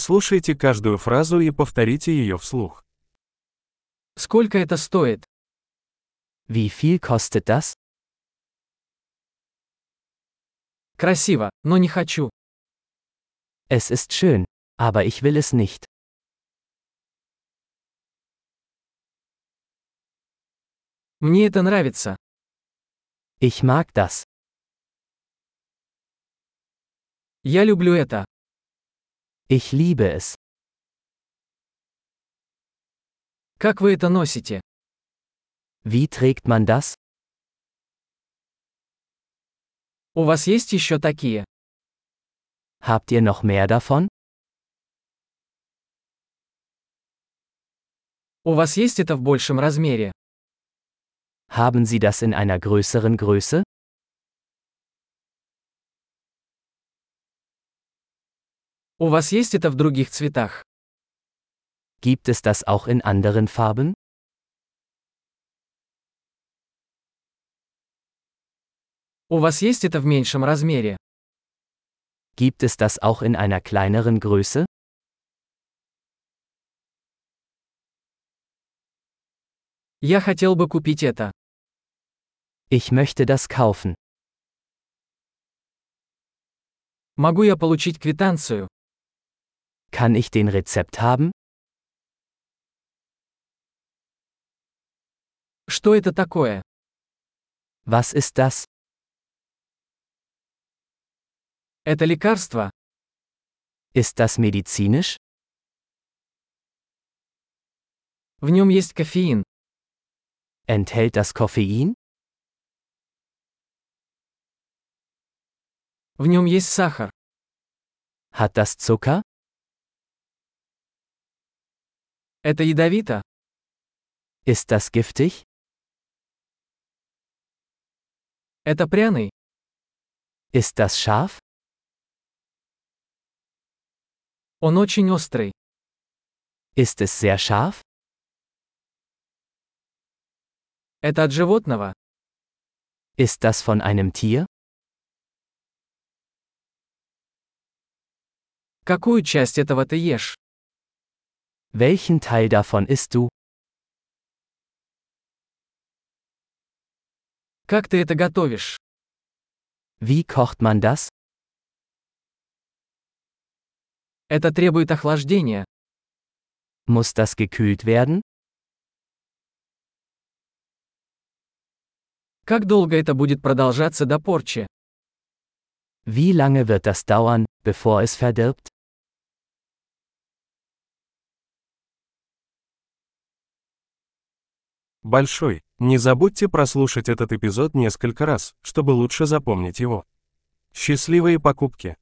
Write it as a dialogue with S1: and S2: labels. S1: Прослушайте каждую фразу и повторите ее вслух.
S2: Сколько это стоит?
S3: Wie viel kostet das?
S2: Красиво, но не хочу.
S3: Es ist schön, aber ich will es nicht.
S2: Мне это нравится.
S3: Ich mag das.
S2: Я люблю это.
S3: Ich liebe es.
S2: Как вы это носите?
S3: Wie trägt man das?
S2: У вас есть еще такие?
S3: Habt ihr noch mehr davon?
S2: У вас есть это в большем размере?
S3: Haben Sie das in einer größeren Größe?
S2: У вас есть это в других цветах?
S3: Gibt es das auch in anderen Farben?
S2: У вас есть это в меньшем размере?
S3: Gibt es das auch in einer kleineren Größe?
S2: Я хотел бы купить это.
S3: Ich möchte das kaufen.
S2: Могу я получить квитанцию?
S3: Kann ich den Rezept haben?
S2: Что это такое?
S3: Was ist das?
S2: Это лекарство?
S3: Ist das medizinisch?
S2: В нем есть кофеин.
S3: Enthält das Koffein?
S2: В нем есть сахар.
S3: Hat das Zucker?
S2: Это ядовито?
S3: Ist das giftig?
S2: Это пряный?
S3: Ist das scharf?
S2: Он очень острый.
S3: Ist es sehr scharf?
S2: Это от животного?
S3: Ist das von einem Tier?
S2: Какую часть этого ты ешь?
S3: Welchen Teil davon isst du?
S2: Как ты это готовишь?
S3: Wie kocht man das?
S2: Это требует охлаждения.
S3: Muss das gekühlt werden?
S2: Как долго это будет продолжаться до порчи?
S3: Wie lange wird das dauern, bevor es verdirbt?
S1: Большой. Не забудьте прослушать этот эпизод несколько раз, чтобы лучше запомнить его. Счастливые покупки!